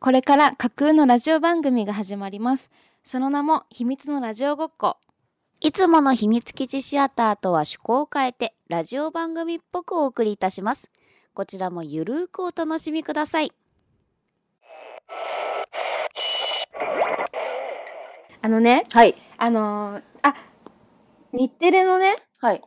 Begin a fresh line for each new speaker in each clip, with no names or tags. これから架空のラジオ番組が始まります。その名も秘密のラジオごっこ。
いつもの秘密基地シアターとは趣向を変えてラジオ番組っぽくお送りいたします。こちらもゆるーくお楽しみください。
あのね、
はい。
あのーあ、日テレのね、
はい。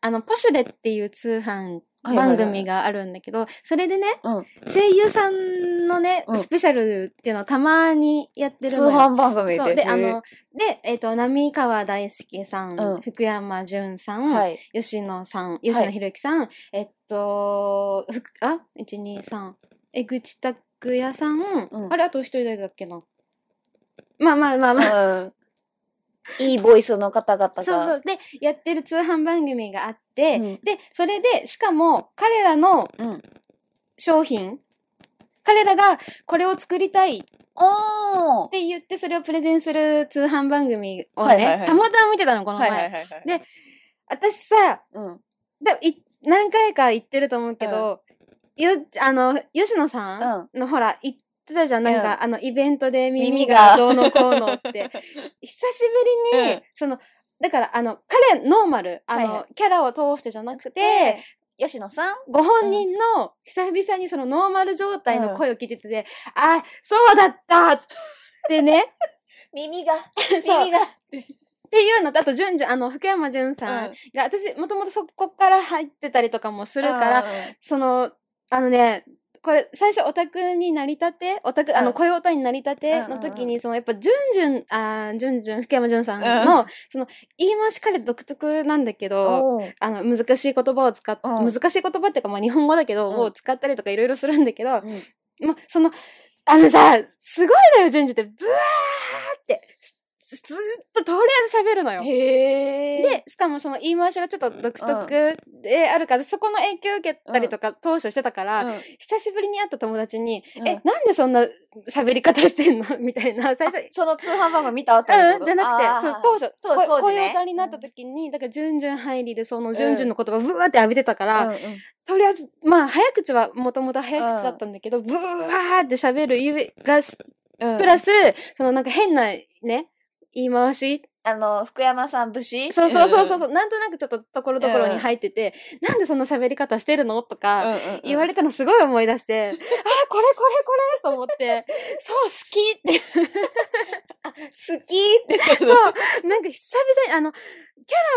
あの、ポシュレっていう通販
はいはいは
番
い
組があるんだけど、それでね、
うん。
声優さんのね、
うん
スペシャルっていうのをたまにやってる
通
のよ
販番組
そうで、あ
へ
の、で、えっ、と、波川大輔さん、
うん
福山潤さん、
ーはい。
吉野さん、吉野博之さん、えっと、ふくあ、1、2、3、えぐちたくやさん、
うん
あれ、あと一人誰だっけな。まあまあまあまあ、
うんいいボイスの方々が。。
そうそうう。で、やってる通販番組があって、
うん
で、それで、しかも、彼らの
うん
商品、彼らがこれを作りたいっ
おー
て言って、それをプレゼンする通販番組をね、
はいはいはい
たまたま見てたの、この前。
いはい。
で私さ、
うん。
だい何回か行ってると思うけど、よあの吉野さんの、ほら行ってたじゃんなんか、あのイベントで耳
耳
が
が
どうのこうの って久しぶりに、
うん
そのだからあの彼ノーマルあの、
はいは
キャラを通してじゃなくて、
で、吉野さん
ご本人の久々にそのノーマル状態の声を聞いてて、あそうだったって ね
耳 が、
そう
耳が。
っていうのとあと順々あの福山潤さん
うん
が、私もともとそこから入ってたりとかもするから、その、あのね、これ、最初オタクになりたて、オタク、あ
う
の、
ん
声オタになりたての時に、その、やっぱ、ジュンジュン、あージュンジュン、福山潤さんの、その、言い回し彼独特なんだけど、
おー
あの、難しい言葉を使って、
うん
難しい言葉っていうか、まあ、日本語だけど、
うん
を使ったりとかいろいろするんだけど、も
うん
う、その、あのさ、すごいのよ、ジュンジュンって、ブワーって、すすずーっととりあえず喋るのよ。
へー。
で、しかもその言い回しがちょっと独特であるから、そこの影響を受けたりとか当初してたから、
うん、
久しぶりに会った友達に、
うん
え、なんでそんな喋り方してんのみたいな、最初、
その通販番組見た後にって
う
こ
ん、
と
じゃなくて、
あー
そう当初、こ
当当時ね
こういう歌になった時に、だから、じゅんじゅん入りで、そのじゅんじゅんの言葉、ブワーって浴びてたから、
うんうん
とりあえず、まあ、早口は、もともと早口だったんだけど、ブワーって喋るゆえがし、プラ
ス、
ス、そのなんか変な、ね、言い回し
あの、福山さん節
そうそうそうそう
う
そう、なんとなくちょっとところどころに入ってて、なんでその喋り方してるのとか、言わ
れ
れたのすごい思い出して、あー、これこれこれと思 って、そう、好きって、
好きって
そう、なんか久々に、あの、キ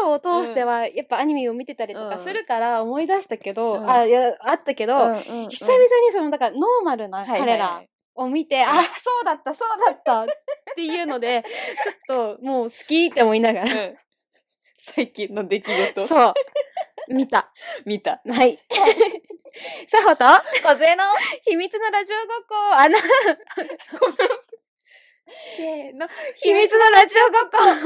ャラを通しては、やっぱアニメを見てたりと
う
か
ん
するから思い出したけど、
うん
あ、いや、あったけど、
うんうんうん
久々にその、だからノーマルな
はいはい
彼らを見て、あー、そうだった、そうだったっていうので、ちょっともう好きって思いながら、
うん最近の出来事
そう、 見た。
見た。
はい。さほと、
小杖の
秘密のラジオごっこ、あな、
せーの。
秘密のラジオごっこ。ごめん。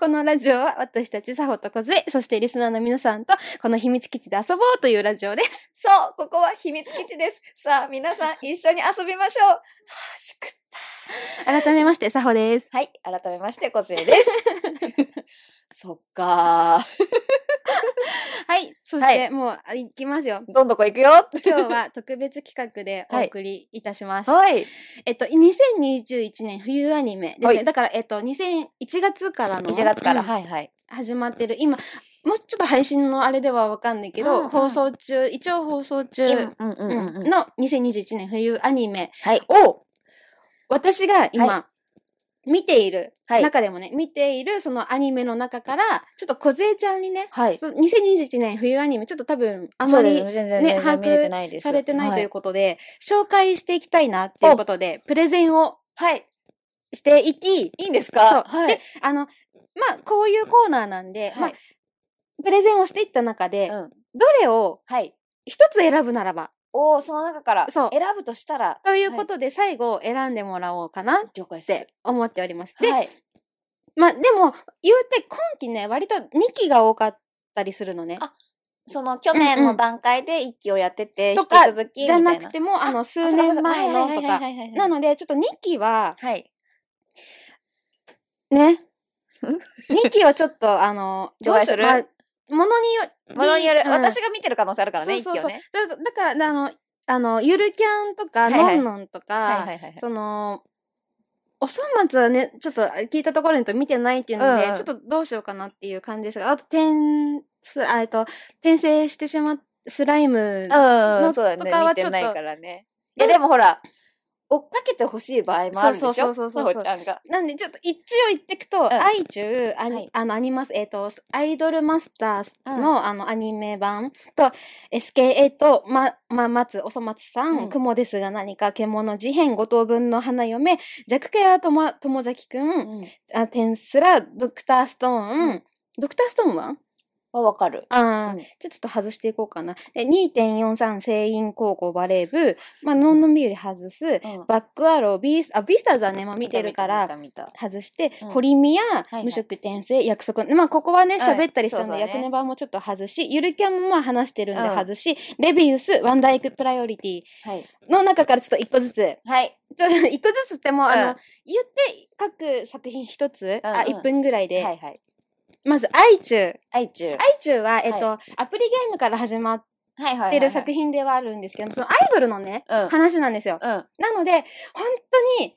このラジオは私たちさほとこずえ、そしてリスナーの皆さんと、この秘密基地で遊ぼうというラジオです。
そう、ここは秘密基地です。さあ、皆さん一緒に遊びましょう。はあ、しくった。
改めまして、さほです。
はい、改めまして、小 杖です。そっかー。
はい。そして、
はい
もう、あいきますよ。
どんどこ行くよ。
今日は特別企画でお送りいたします。
はい。
えっと、2021年冬アニメですね。
はい
だから、えっと、2001月からの。
1月から。
うん
はいはい。
始まってる今もうちょっと配信のあれではわかんないけど、
うんうん
放送中一応放送中、
うんうん
うんの2021年冬アニメ
はい。
を私が今、
は
見ている、
はい
中でもね見ているそのアニメの中からちょっと梢ちゃんにね、
はい。
そ2021年冬アニメちょっと多分あ
そ
ま
うです
り
ね全然
ね
全
把
然
握
見れてないです。
されてないという
う。
ことで、紹介していきたいなっていうことでプレゼンを
はい。
していき
いいんですか
そう、
はい
であのまあこういうコーナーなんで、ま
は
あ
い。
プレゼンをしていった中で、
うん
どれを
はい。
一つ選ぶならば、
おー、その中から
そ
選
う
ぶとしたら、
ということで最後選んでもらおうかなっ
了解です
て。思っております。で、
はい。
まあでも、言うて今期ね、割と2期が多かったりするのね。
あその去年
うんう
の
ん
段階で一期をやってて、
と
引き
か
続きみ
じ
た
ゃ
いな。
なくても、あの、数
そうそうそ
年
う
前のと
はい
か。
はいはいはいはい
なので、ちょっと2期は、
はい。
ね、
うん
2期はちょっと、あの、
除外する
どうしようまあものにより、
ものによる、
うん
私が見てる可能性あるからね、一期
そう
を
そうそう
ね。
だだから、あの、あの、ゆるキャンとか、
はいはい
のんのんとか、
はいはいはいはい。
その、おそ松はね、ちょっと聞いたところにと見てないっていうので、
うんうん
ちょっとどうしようかなっていう感じですが、あと転、すあえっと、転生してしまっ、スライム、
う
の
ん、そうだ
とか
ね。
はちょ
見て
っと
ないからね。いや、でもほら、追っかけてほしい場合もあるでし
そ
ょ
うそうそうそうそう
なおちゃんが。
なんでちょっと一応言ってくと、
ん
愛中、アニ、
はい
あの、アニマス、えっ、と、アイドルマスター
うん
の、あの、アニメ版と、SKA と、ま、ま、松、おそ松さん、
うん
雲ですが何か、獣事変、五等分の花嫁、弱ケアとも、友崎くん、
うん。
あテンスラ、ドクターストーン、
うん
ドクターストーンは
はわかる。
ああ、
うん
じゃあちょっと外していこうかな。で、2.43聖院高校バレー部、まあ、のんのんびり外す、
うん
バックアロー、ビース、あ、ビースターズはね、まあ見てるか
見た
ら、
見た見た
外して、
うん
堀宮、
はい
無職転生、約束。まあ、ここはね、
ん
喋ったりしたので、
そうそうね
役ネバもちょっと外し、ゆるキャンもまあ話してるんで
うん
外し、レビウス、ワンダイクプライオリティ
はい。
の中からちょっと一個ずつ、
はい。
ちょっと一個ずつってもう、あ
う
の
ん、
言って、各作品一つ、
うんうん
あ、1分ぐらいで、
はいはい。
まず、愛中。
愛中。はい
愛中は、えっと、アプリゲームから始まっ
はいはいはい。
てる作品ではあるんですけども、そのアイドルのね、
うん
話なんですよ。
うん。
なので、本当に、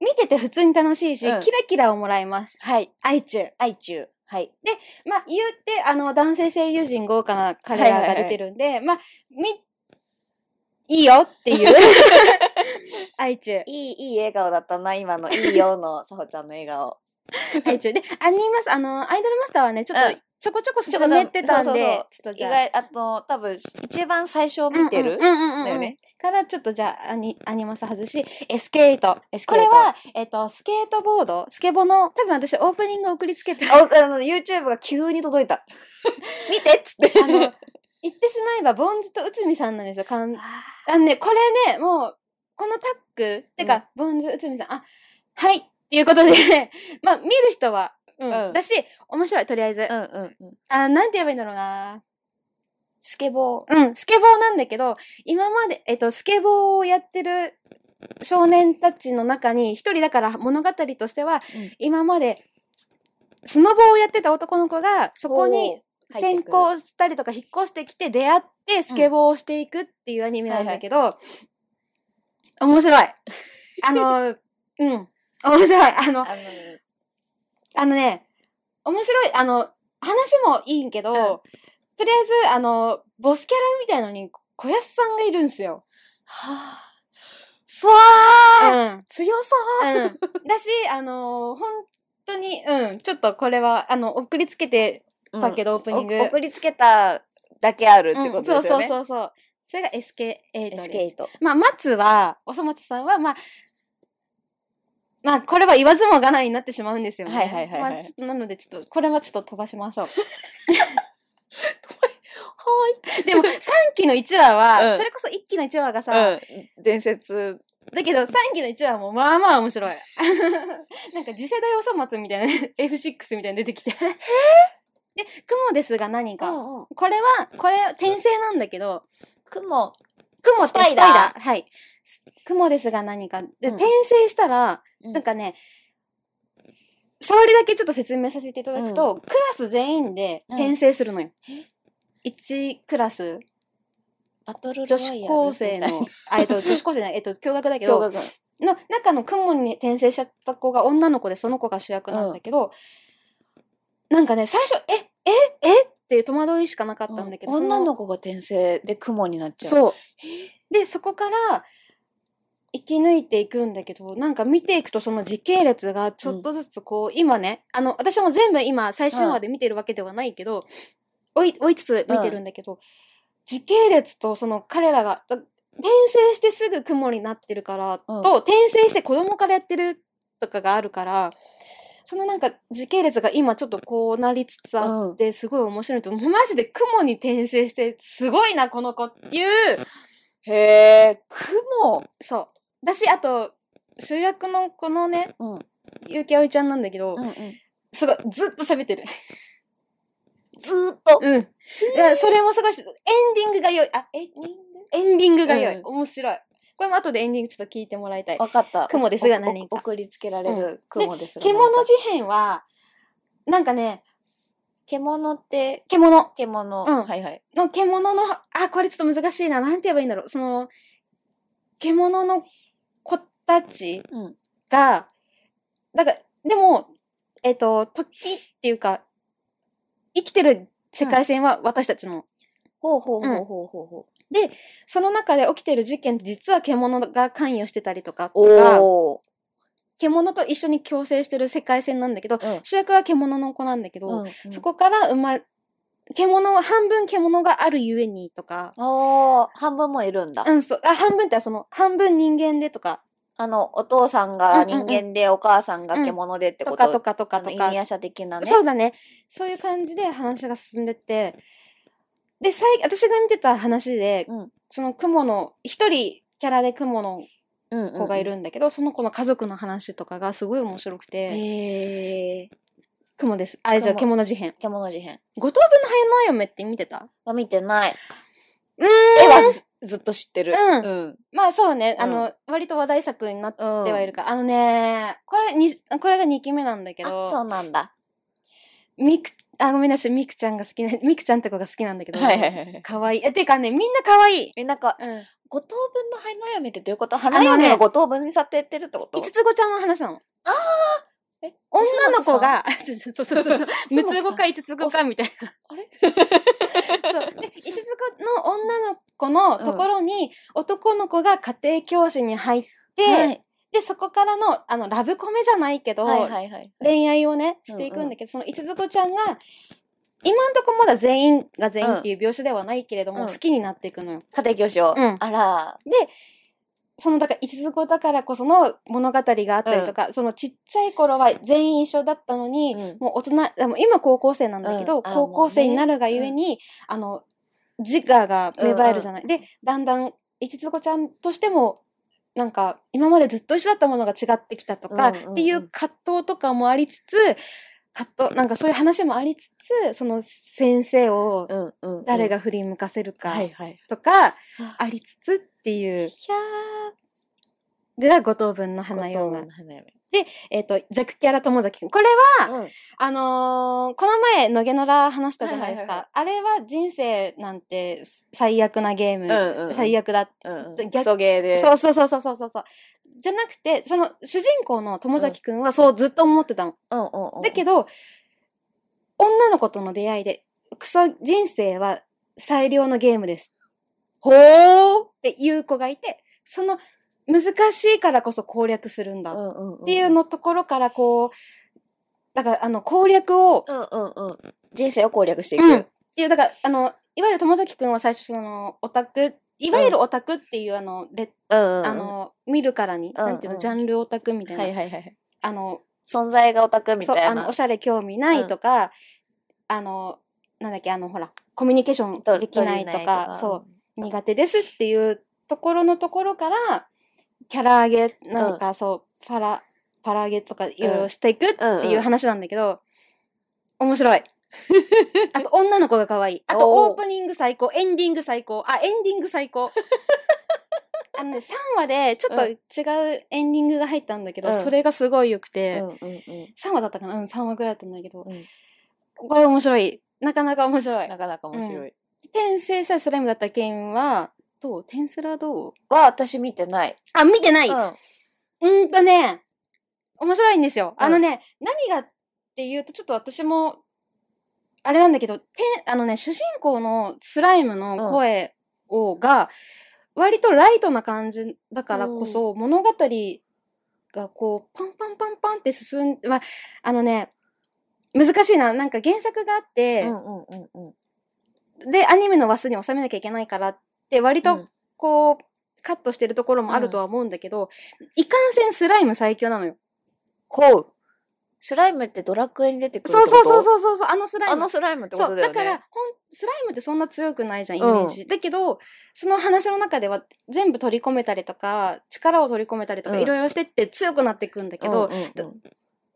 見てて普通に楽しいし、
うん
キラキラをもらえます。
はい。
愛中。
愛中。はい。
まあ、言って、あの、男性声優陣豪華な彼らが出てるんで、まあ、み、いいよっていう。 愛中。
いい、いい笑顔だったな、今の。いいよの、さほちゃんの笑顔。
愛中。で、アニマス、あの、アイドルマスターはね、ちょっ
う
と、ちょこちょこ進めてたんで、
そうそうそう
ちょっと
意
じゃあ。
外、あと、多分、一番最初見てる
うんうんうんうんうん
だよね。
からちょっとじゃあアニアニマス外しエスケート
エス
こ
ケー
れ
ト
は、えっとスケートボードスケボの多分私オープニング送りつけてあ
ああの、YouTube が急に届いた。見てっつって。
の言ってしまえばボンズと内海さんなんですよかんあのねこれねもうこのタッグてか、ボンズ内海さんあはいっていうことで まあ見る人は、うん
うん
だし面白いとりあえず、
うんうんうん。
あなんて言えばいいんだろうな
スケボー。
うん、スケボーなんだけど、今まで、えっと、スケボーをやってる少年たちの中に、一人だから物語としては、
うん
今まで、スノボーをやってた男の子が、そこに
入って
転
くる
校したりとか引っ越してきて出会って、スケボーをしていくっていうアニメなんだけど、面白 い。あの、うん、面白い。あの、
あの
あのね、面白い、あの、話もいいんけど、
うん
とりあえず、あの、ボスキャラみたいのに、小安さんがいるんですよ。
はあふわー、
うん。
強そう、
うん、だし、あの、本当に、うん、ちょっとこれは、あの、送りつけてたけど、オープニング。
お送りつけただけあるってこと
うん
ですよ
そうそう
ね。
そうそう。それが SK8 です。
エスケート。
まあ、松は、おそ松さんは、まあ、まあ、これは言わずもがなになってしまうんですよね。
はいはいはいはい
まあ、ちょっとなので、ちょっと、これはちょっと飛ばしましょう。 でも、3期の1話は、
うん
それこそ1期の1話がさ、
はーい。うん。伝説。
だけど3期の1話もまあまあ面白い。 なんか次世代おさ松みたいな ね F6 みたいに出てきて。で、雲 ですが何か。
うん。
これは、これ、転生なんだけど、
雲。
雲って
スパイダ
ー。
ー
はい。す雲ですが何か。で、
うん
転生したら、
うん
なんかね、触りだけちょっと説明させていただくと、クラス全員で転生するのよ。1クラス
バトル
女子高生の、 あえっと、女子高生じゃない、えっと、共学だけど、
学。
の中の雲に転生しちゃった子が女の子でその子が主役なんだけど、なんかね最初「えええっていう戸惑いしかなかったんだけど、
女の
子
子が転生で雲になっちゃう。う。
そうでそこから生き抜いていくんだけどなんか見ていくとその時系列がちょっとずつこう、今ねあの私も全部今最新話で見てるわけではないけど、追い追いつつ見てるんだけど、時系列とその彼らがだ転生してすぐ雲になってるからと、
うん
転生して子供からやってるとかがあるからそのなんか時系列が今ちょっとこうなりつつあってすごい面白いと、もう マジで雲に転生してすごいなこの子っていう
へえ、雲。
そうだしあと主役のこのね
うん。うん
結城葵ちゃんなんだけど、
うん。
すごいずっと喋ってる。
ずーっと。
うん。いやそれもすごいし、エンディングが良い。あ、エンディングエンディングが良い。
うん
面白い。これも後でエンディングちょっと聞いてもらいたい。
わかった。
雲ですが何か
おお送りつけられ
う
る雲ですが何
獣
か。
事変は、なんかね、
獣って、
獣
獣、
うん
はいはい。
の獣の、あ、これちょっと難しいな。なんて言えばいいんだろう。その、獣の子たち
うん
が、だから、でも、えっ、と、時っていうか、生きてる世界線は私たちの、
ほうほうほうほうほうほう。
その中で起きてる事件って実は獣が関与してたりとかとか、
お
獣と一緒に共生してる世界線なんだけど、
ー。
主役は獣の子なんだけど、
うん。
そこから生まれ、獣、半分獣があるゆえにとか、
ああ、半分もいるんだ。
うん、そう。あ、半分ってその、半分人間でとか、
あの、お父さんが
うんうんう
人
ん
間で、お母さんが獣でって
と
こと。
かとかとか
あの、
と
イ
か。
ニア社的なね。
そうだね。そういう感じで話が進んでって、で、最私が見てた話で、
うん
その雲の、一人キャラで雲の
うんうんうん
子がい。るんだけど、その子の家族の話とかがすごい面白くて、
へえ。
雲です。あ、じゃあ、
雲
獣事変。
獣事変。
五等分の花嫁って見てた
は見てない。
うーん
絵はずずっと知ってる。
うん
うん。
まあそうね、
うん
あの、割と話題作になって
うん。
はいるから、あのね、これに、これが2期目なんだけ
あ、
ど、
そうなんだ。
みく、あ、ごめんなさい、みくちゃんが好きな、みくちゃんって子が好きなんだけど、
はいはいはい。
かわいい。え、てかね、みんなかわいい。
え、なんか、
うん。
五等分の花嫁ってどういうこと
ね
花嫁の五等分にされてるってこと
五つ子ちゃんの話なの。
え
女の子、が、ちょちょ そうそうそうそう、
お
六
そ松さん
つ子か五つ子かみたい
あれ
な。そう。で、五つ子の女の子のところに、男の子が家庭教師に入って、
はい、
で、そこからの、あの、ラブコメじゃないけど、
はいはいはい。
恋愛をね、していくんだけど、そのいつずこちゃんが、今んとこまだ全員が全員っていう描写ではないけれども、
うん
好きになっていくのよ。
家庭教師を。
うん
あら。
その、だから、いつずこだからこその物語があったりとか、そのちっちゃい頃は全員一緒だったのに、
うん
もう大人、でも今高校生なんだけど、
うんあ
高校生になるがゆえに、あの、自我が芽生えるじゃない。で、だんだん、いつつこちゃんとしても、なんか、今までずっと一緒だったものが違ってきたとか、
うんうんうん
っていう葛藤とかもありつつ、葛藤、なんかそういう話もありつつ、その先生を
うんうんうん。
誰が振り向かせるか
はいはい。
とか、
あ
ありつつっていう、
ひゃ
が五等分の
ー。
花
五等分
嫁。
の花嫁。
えっ、と、弱キャラ友崎くん。これは
うん
あのーこの前、野毛のら話したじゃないです
はい
か。あれは人生なんて最悪なゲーム。
うんうん。
最
悪。
悪だって。
うんうん。
逆
クソゲーで。
そうそうそうそうそうそう。じゃなくて、その主人公の友崎くんはそうずっと思ってたの。
うんうんうん。
だけど、女の子との出会いで、クソ人生は最良のゲームです
ほー
っていう子がいて、その難しいからこそ攻略するんだっ
んうんん
ていう。のところからこう、だからあの攻略を
うんうんうん。人生を攻略してい
うん、っ
く。
ていうだからあのいわゆる友崎くんは最初そのオタクいわゆるオタクっていうあのレ、
うんうん。
あ、の見るからに、
うん
なんていう
うん
のジャンルオタクみたいな、
はいはいはい。
あの
存在がオタクみ
そう
た
あ
い
の
な
お。しゃれ興味ないとか、あのなんだっけあのほらコミュニケーション
と。
できないとかそうう苦手ですっていうところのところからキャラ上げなんか、そうパラパラ上げとかいろいろしていくって
うんうん
いう話なんだけど、面 白いあと女の子が可愛いあ
おー
とオープニング最高エンディング最高あエンディング最 高あのね3話でちょっと
うん
違うエンディングが入ったんだけど、
うん
それがすごい良く
う
て、
んうんうん。
3話だったかなうん3話ぐらいだったんだけど、
うん
これ面白いなかなか面白い
なかなか面白い。
転生したスライムだった件はどう転スラどう
は、私見てない。
あ、見てない、
う。
うんーんとね、面白いんですよ。
うん
あのね、何がっていうと、ちょっと私も、あれなんだけど、てあのね、主人公のスライムの声を、が、割とライトな感じだからこそ、物語がこう、パンパンパンパンって進んで、まあ、あのね、難しいな。なんか原作があっ
う
て、
んうんうんうん。
で、アニメの話数に収めなきゃいけないからって、割と
うん
こう、カットしてるところもあるとは思うんだけど、いかんせんスライム最強なのよ。
ほう。スライムってドラクエに出てくるって
そ
こ
う
と
そうそうそうそうそう、あのスライム。
あのスライムってこ
そ
と
う、
だよ
だ
ね。
から、ほん、スライムってそんな強くないじゃん、イメージ。だけど、その話の中では全部取り込めたりとか、力を取り込めたりとか、
うん
いろいろしてって強くなっていくんだけど、
うんうんうん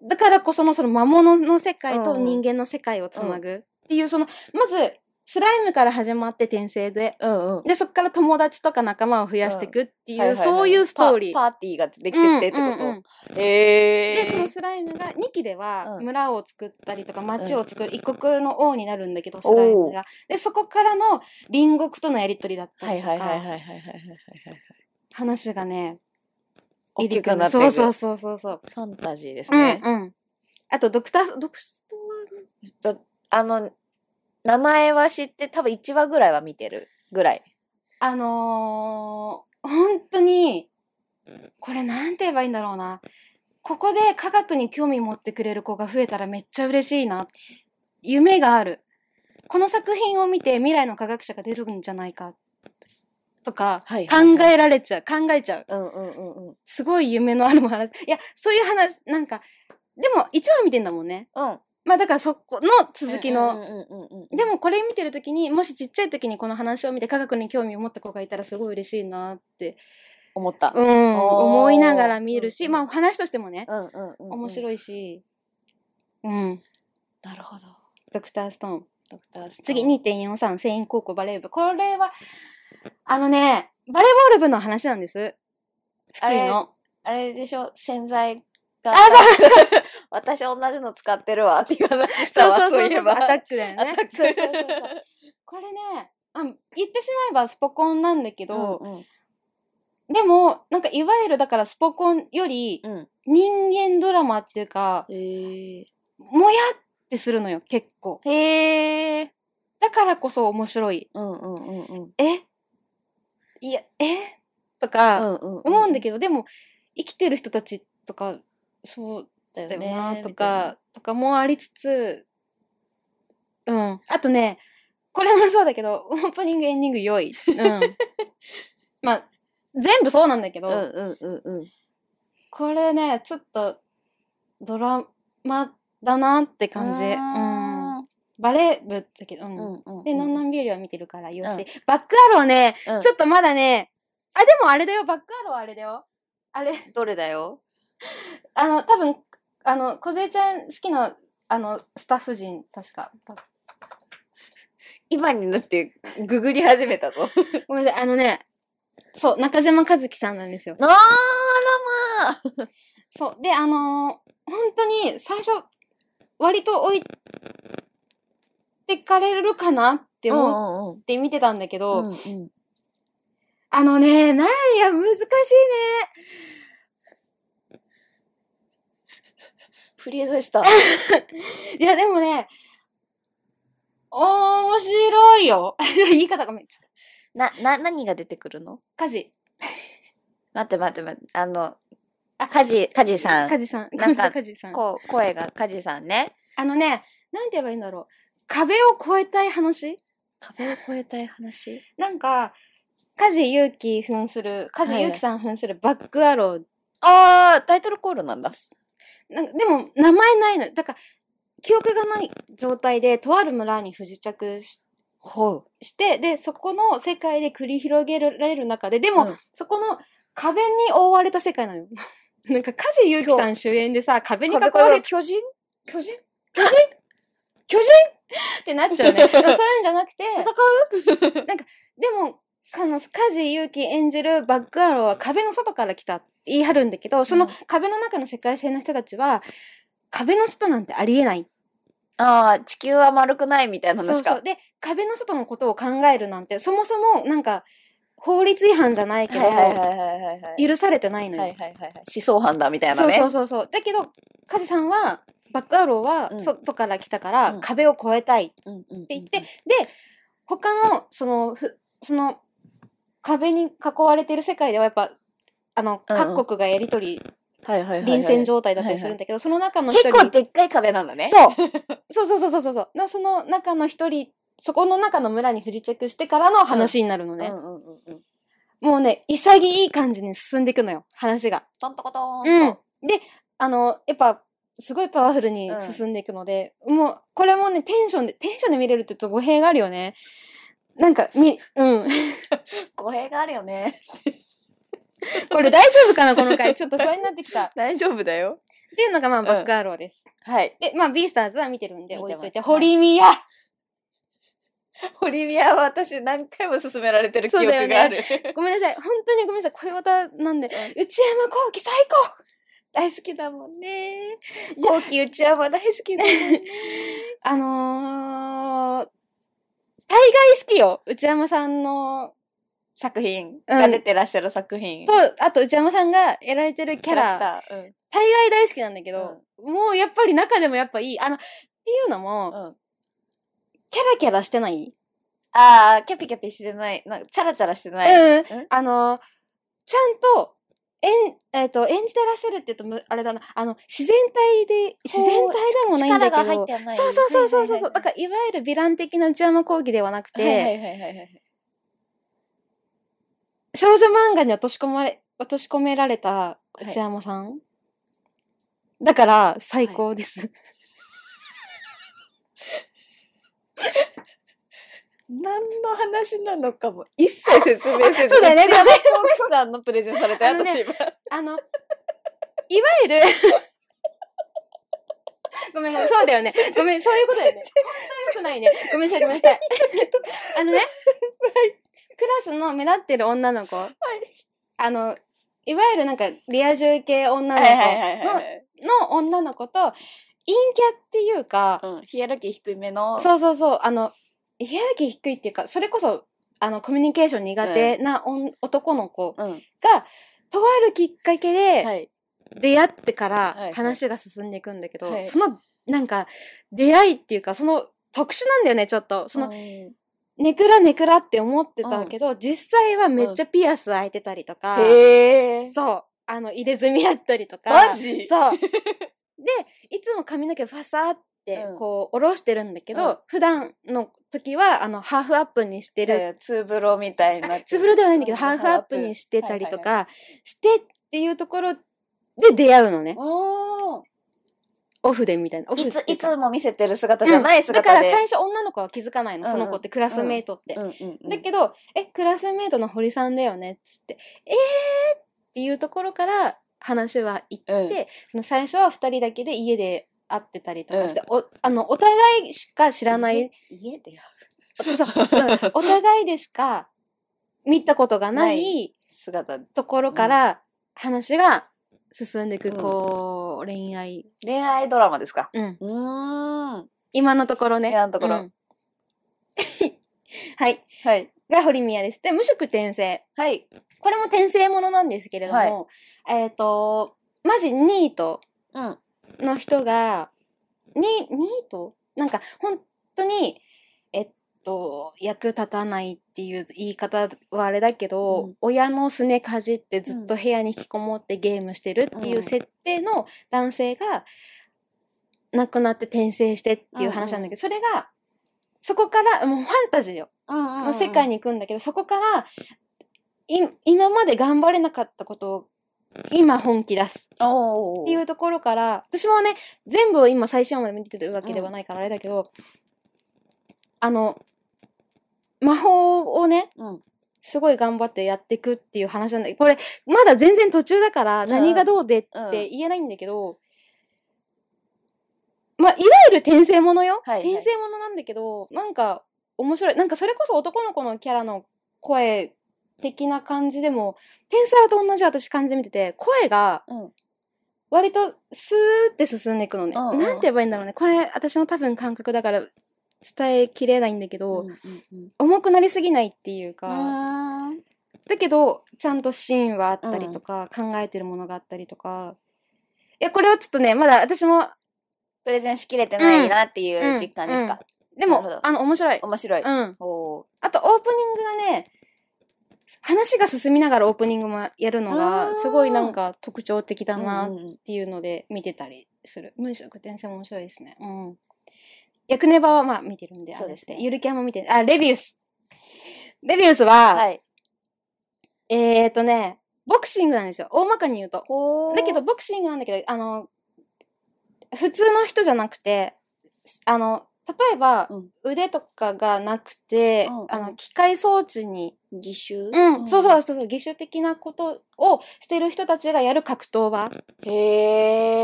だからこそのその魔物の世界と
うん
人間の世界をつなぐっていう、その、まず、スライムから始まって転生で。
うんうん。
で、そこから友達とか仲間を増やしていくっていう、
はいはいはい
そういうストーリー。
パパーティーができてってってこと、
うんうんうん
へえ
で、そのスライムが、2期では
うん
村を作ったりとか町
う
を作る、一国の王になるんだけど、スライムが。で、そこからの隣国とのやりとりだった
は
り
い
と
はいはいはいはい
か、
はいはいはいはい
話がね、
大きくなってい
そ
く
うそうそうそうそう。
ファンタジーです
うん
ね、
うん。あと、ドクター、ドクタ
あの名前は知って多分1話ぐらいは見てるぐらい
ーは、あのー、本当に、これなんて言えばいいんだろうな。ここで科学に興味持ってくれる子が増えたらめっちゃ嬉しいな。夢がある。この作品を見て未来の科学者が出るんじゃないか。とか、
はい
考えられちゃう。考えちゃう。
うんうんうんうん
すごい夢のある話。いや、そういう話、なんか、でも一話見てんだもんね。
うん
まあだからそこの続きの
うんうんうんうんうん
でもこれ見てる時にもしちっちゃい時にこの話を見て科学に興味を持った子がいたらすごい嬉しいなって、
思った、
う
うん
ん、思いながら見る
う
し、
んうん
まあ話としてもね、
うんうんうん、
面
い
白いし、うん、
なるほど
ドクターストーン。
ドクターストーン
次2.43、繊維高校バレー部。これは、あのね、バレーボール部の話なんです。福
あ
井
れ
の。
あれでしょ洗剤が
あそう
私同じの使ってるわっていう話した
そう
わ
そう
そ
そうう
い
そ
え
うそう、
ば
アタックだよ
ア
ね
タッ。ク
そうそうそうそうこれね、あ言ってしまえばスポコンなんだけど、
うんうん
でも、なんかいわゆるだからスポコンより
うん
人間ドラマっていうか、
へえ
もやってするのよ、結構。
へえ
だからこそ面白い。
うんうんうんうん
えいや、えとか、思
思
うんだけど、でも、生きてる人たちとか、そう
ど
だよな、とか、とかもありつつ、うん。あとね、これもそうだけど、 オープニング、エンディング良い。 うん。まあ、全部そうなんだけど、
うんうんうんうん
これね、ちょっと、ドラマだなって感じ。うん。バレー部だけど、うん。
うんうん
で、ノンノ
ん
ンビューリーは見てるからよし。
うん
バックアローね、
ちょっ
ちょっとまだね、あ、でもあれだよ、バックアローはあれだよ。あれ、
どれだよ
あの、多分あの、小ちゃん好きな、あの、スタッフ陣、確か。バック
今になってググり始めたぞ
ごめんなさい、あのね、そう、中島和樹さんなんですよ。
あらまあ
そう。で、あのー本当に最初、割と置いてかれるかなって思っ
も
って見てたんだけ
う
ど、
んうんうん
あのね、なんや、難しいね。
フリーズし
い
た
や、でもね、面白いよ。 言い方ごめん。ちょっ
なな何が出てくるの
と、カジ。
待って待って待ってあの
あ
カジカジさん
カジさん。ごめん
な
な
んか
さいカジさん。
こう声がカジさんね
あのね、なんて言えばいいんだろう。壁を越えたい話
壁を越えたい話
なんか、カジ勇気扮する、カジ勇気さん扮するバックアロー。
ああタイトルコールなんだ
なんかでも、名前ないの。だから、記憶がない状態で、とある村に不時着して、
ほ
して、で、そこの世界で繰り広げられる中で、でも、
うん
そこの壁に覆われた世界なのよ。 なんか、梶裕貴さん主演でさ、壁
う
に囲われて
巨人巨人
ってなっ ちゃうね。でもそういうんじゃなくて、でも、あの、梶裕貴演じるバックアローは壁の外から来たって言い張るんだけど、そうの
ん
壁の中の世界線の人たちは、壁の外なんてありえない。
ああ地球は丸くないみたいな
そう
話か
そう。で、壁の外のことを考えるなんて、そもそも、なんか、法律違反じゃないけど、
はいはいはいはいはいはい
許されてないのよ。
はいはいはいはい思想犯だみたいな
そう
ね
そうそうそう。だけど、カジさんは、バックアロー
う
は
ん
外から来たから、
うん
壁を越えたいって
うんうんうんうん
言って、で、他の、その、ふその、壁に囲われてる世界ではやっぱ、あの、
うんうん
各国がやりとり、
はいはいはいはい
臨戦状態だったりするんだけど、その中の一人
結構でっかい壁なんだね
そうそうそうそうそうそうそう。なその中の一人、そこの中の村に不時着してからの話になるの
う
ね。
んうんうんうん
もうね、潔い感じに進んでいくのよ、話が。
トントコトーンと
うん。で、あの、やっぱ、すごいパワフルに進んでいくので、もう、これもね、テンションで、テンションで見れるって言うと語弊があるよね。なんか、み、 うん。
語弊があるよね
これ大丈夫かなこの 回。ちょっと不安になってきた。っ
大丈夫だよ
ていうのが、まあ、
ん
バックアローです。
はい
で、まあ、ビースターズは見てるんで
見
置
て
い
ます
といて、
はい
ホリミヤ
ホリビアは私何回も勧められてる記
そう
憶
だよね
がある。
ごめんなさい。本当にごめんなさい。声綿なんで。 内山幸輝最高
大好きだもんね。後期内山大好きだもん ね。
あのー、大概好きよ。内山さんの、
作品が出てらっしゃる作品。
と、あと内山さんがやられてるキャラ、
ラクター。うん
大概大好きなんだけど、もうやっぱり中でもやっぱいい。あの、っていうのも、
うん
キャラキャラしてない
ああ、キャピキャピしてない。なんかチャラチャラしてない。
うん
ん。
あの、ちゃんと、演、えっ、と、演じてらっしゃるって言うとむ、あれだな、あの、自然体で、自然体でもないんだけど、
力が入ってはない。
そうそうそうそうそう。
はいはいはいはい
だから、いわゆるヴィラン的な内山講義ではなくて、
はいはいはいはいはい。
少女漫画に落とし込まれ、落とし込められた
い
内山さん、だから、最高です。
何の話なのかも一切説明せず。
そうだよね
内山幸輝さんのプレゼンされた
あのね
私今。
あの、いわゆる、 ごめんごめん、そうだよ ね。ごめん、そういうことだよね。本当に良くないね。ごめんなさい、ごめんなさい。あのね、クラスの目立ってる女の子、あの、いわゆるなんか、リア充系女の
はいはいはい
子
は
の
い
の女の子と、陰キャっていうか、
はい。うん。ヒエラルキー低めの。
そうそうそう、あの、ヒエラルキー低いっていうか、それこそ、あの、コミュニケーション苦手なおん、男の子
うん。は
が、とあるきっかけで、
い。
出会ってか
はいは
ら
い
話が進んでいくんだけど、
はい
その、なんか、出会いっていうか、その、特殊なんだよね、ちょっと。その、
うん
ネクラネクラって思ってたけど、実際はめっちゃピアス開いてたりとか、
へえ。
そう。あの、入れ墨やったりとか。
マジ
そう。で、いつも髪の毛ファサーって
う、ん
こう、下ろしてるんだけど、
うん
普段の時は、あの、ハーフアップにしてる。
でツーブロみたいな
あ。つぶろではないんだけど、
うん
ハーフアップにしてたりと
は
か、してっていうところで出会うのね。
お
オフでみたいな。オフ
いつ
って
いう
か
つも見せてる姿じゃない
だ
姿で。
から最初女の子は気づかないの、
うんう
そ
ん
の子って、クラスメイトって。
うんうんうん
だけど、え、クラスメイトの堀さんだよねっつって、えーっていうところから話は行って、
うん
その最初は二人だけで家で会ってたりとかして、
う
お、あの、お互いしか知らない、
家で会う
そううんお互いでしか見たことがな
ない姿
ところから話が進んでいく、
うん
こう、恋愛。
恋愛ドラマですか
うん。
うーん
今のところね。
今のところ
うん はい。
はい
が堀宮です。で、無職転生。
はい
これも転生ものなんですけれども、えっ、と、マジニート
うん
の人が、に、ニートなんか、本当に、えっと、役立たないっていう言い方はあれだけど、
うん
親のすねかじってずっと部屋に引きこもってゲームしてるっていう設定の男性が、亡くなって転生してっていう話なんだけど、それが、そこから、もうファンタジーよ。
うん
の世界
に
に行くんだけど、そこからい今まで頑張れなかったことを今本気出す
おお
っていうところから私もね全部を今最新話まで見てるわけではないからあれだけど、あの魔法をね
うん
すごい頑張ってやっていくっていう話なんだけどこれまだ全然途中だから何がどうでって言えないんだけど、まあいわゆる転生ものよ、
はいはい
転生ものなんだけどなんか面白いなんかそれこそ男の子のキャラの声的な感じでも転生と同じ私感じで見てて声が
うん
割とスーって進んでいくのね、
うんうん
なんて言えばいいんだろうねこれ私の多分感覚だから伝えきれないんだけど、
うんうん
重くなりすぎないっていう
う
か、
んう
だけどちゃんとシーンはあったりとか、考えてるものがあったりとかいやこれをちょっとねまだ私も
プレゼンしきれてないなっていう実感ですか
で
なるほ
も
ど
あの面白い、
面白い
うん、
おお
あとオープニングがね話が進みながらオープニングもやるの
あ
が
ー
すごいなんか特徴的だ
だ
なっ
うん
ていうので見てたりする。無職転生も面白いですね。うん。役ネバはまあ見てるんで、あ
そう
れ
で
ですす
ね
ね。ゆるキャンも見てる。あ、レビウス。レビウスは、
はい
えーとね、ボクシングなんですよ。大まかに言うと。
ほー
だけど、ボクシングなんだけど、あの、普通の人じゃなくて、あの、例えば、
うん
腕とかがなくて、
うんうん
あの、機械装置に、
義手
うん、そうそうそうそう、義手的なことをしてる人たちがやる格闘場
へ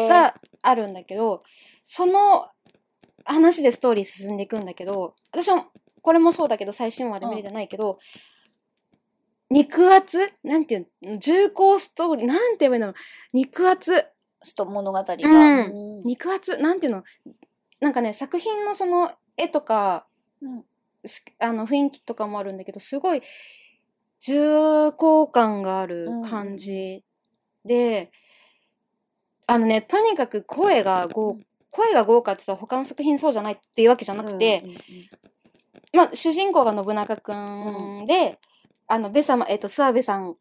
え
があるんだけど、その話でストーリー進んでいくんだけど、私も、これもそうだけど、最新話まで見れてないけど、肉厚なんていうの重厚ストーリーなんて言えばいいんだろう肉厚
ちょっと物語が、
うん
うん
肉厚なんていうのなんかね、作品のその絵とか、
うん
すあの雰囲気とかもあるんだけどすごい重厚感がある感じで、あのねとにかく声が豪声が豪華って言ったら他の作品そうじゃないっていうわけじゃなくて、
うんうん
まあ、主人公が信長くんで、あのベサマえっ、と諏訪部さん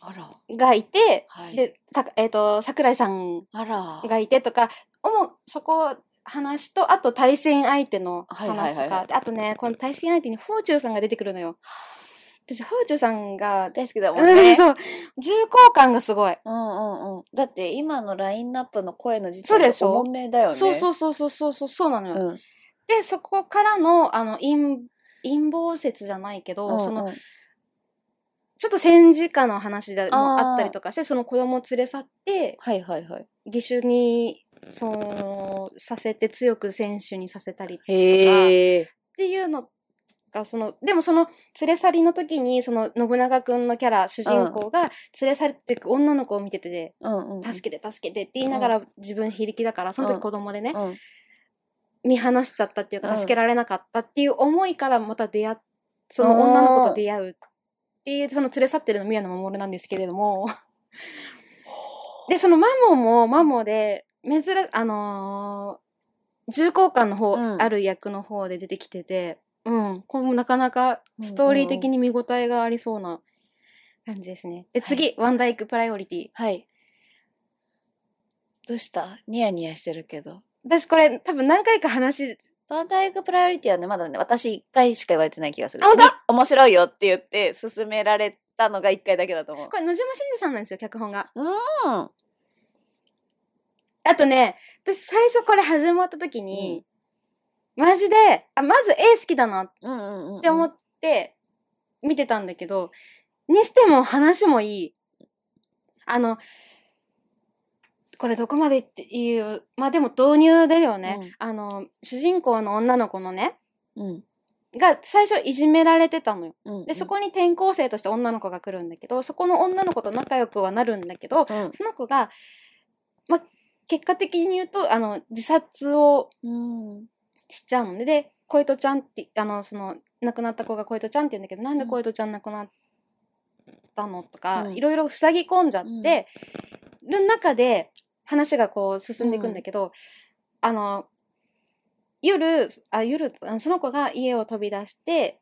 あら
がいて、
はい
でたえっ、と桜井さん
あら
がいてとか主そこ話とあと対戦相手の話とか、
はいはいはい
であとねこの対戦相手にフォーチューさんが出てくるのよ。私フォーチューさんが、
大好きだもん
う
ね
ん、 そう重厚感がすごい。
うんうんうんだって今のラインナップの声の時
そうでしょ
重めだよね
そうそううそうそうそうそうそうなのよ。
んうん
でそこからのあの陰陰謀説じゃないけど、
うん
そのちょっと戦時下の話でも
あー
あったりとかしてその子供を連れ去って
はいはいはい
義手にそのさせて強く選手にさせたり
へえ
っていうのがそのでもその連れ去りの時にその信長くんのキャラ主人公が連れ去ってく女の子を見てて
うんうんうん
「助けて助けて」って言いながら自分非力だからその
うん
時子供でね
うん
見放しちゃったっていう
うん
か助けられなかったっていう思いからまた出会っその女の子と出会うっていうその連れ去ってるの宮野真守なんですけれども でそのマモもマモで珍あのー重厚感の方、
うん
ある役の方で出てきててうんこれもなかなかストーリー的に見応えがありそうな感じですねで次、ワンダイクプライオリティ
はいどうしたニヤニヤしてるけど
私これ多分何回か話
バンダイクプライオリティはね、まだね、私一回しか言われてない気がする。
あ本当
に面白いよって言って、勧められたのが一回だけだと思う
こ。れ野島真司さんなんですよ脚本が
うん。
あとね、私最初これ始まった時に、マジで、あ、まず A 好きだなっ
うんうんうん。
て思
っ
って見てたんだけど、にしても話もいい。あの、これどこまでっていう、まあでも導入だよね。あの、主人公の女の子のね、
うん。
が最初いじめられてたのよ。
うん。
で、そ、こに転校生として女の子が来るんだけど、そこの女の子と仲良くはなるんだけど、その子が、まあ、結果的に言うと、あの、自殺を
うん。うん。
しちゃうので、で、小糸ちゃんって、あの、その、亡くなった子が小糸ちゃんって言うんだけど、なんで小糸ちゃん亡くなったのとか、
うん
いろいろ塞ぎ込んじゃって、る中で、話がこう進んでいくんだけど、あの、夜、あ、夜、あのその子が家を飛び出して、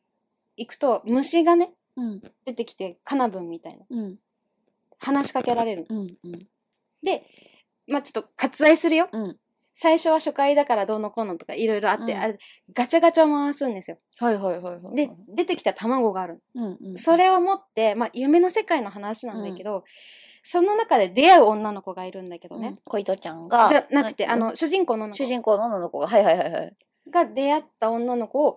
行くと、虫がね、
うん。
出てきて、カナブンみたいな、
うん。
話しかけられるの。
うん。
で、まあちょっと割愛するよ。
うん。
最初は初回だからどうのこうのとかいろいろあって、
うん
あれガチャガチャを回すんですよ。
はいはいはいはい。
で、出てきた卵がある。
うんうん。
それを持って、まあ、夢の世界の話なんだけど、その中で出会う女の子がいるんだけど
うん
ね。。
小糸ちゃんが、
じゃなくて、
うん
あ、の、主人公の女の
主
子
人公の女の子が、はいはいはいはい。
が出会った女の子を、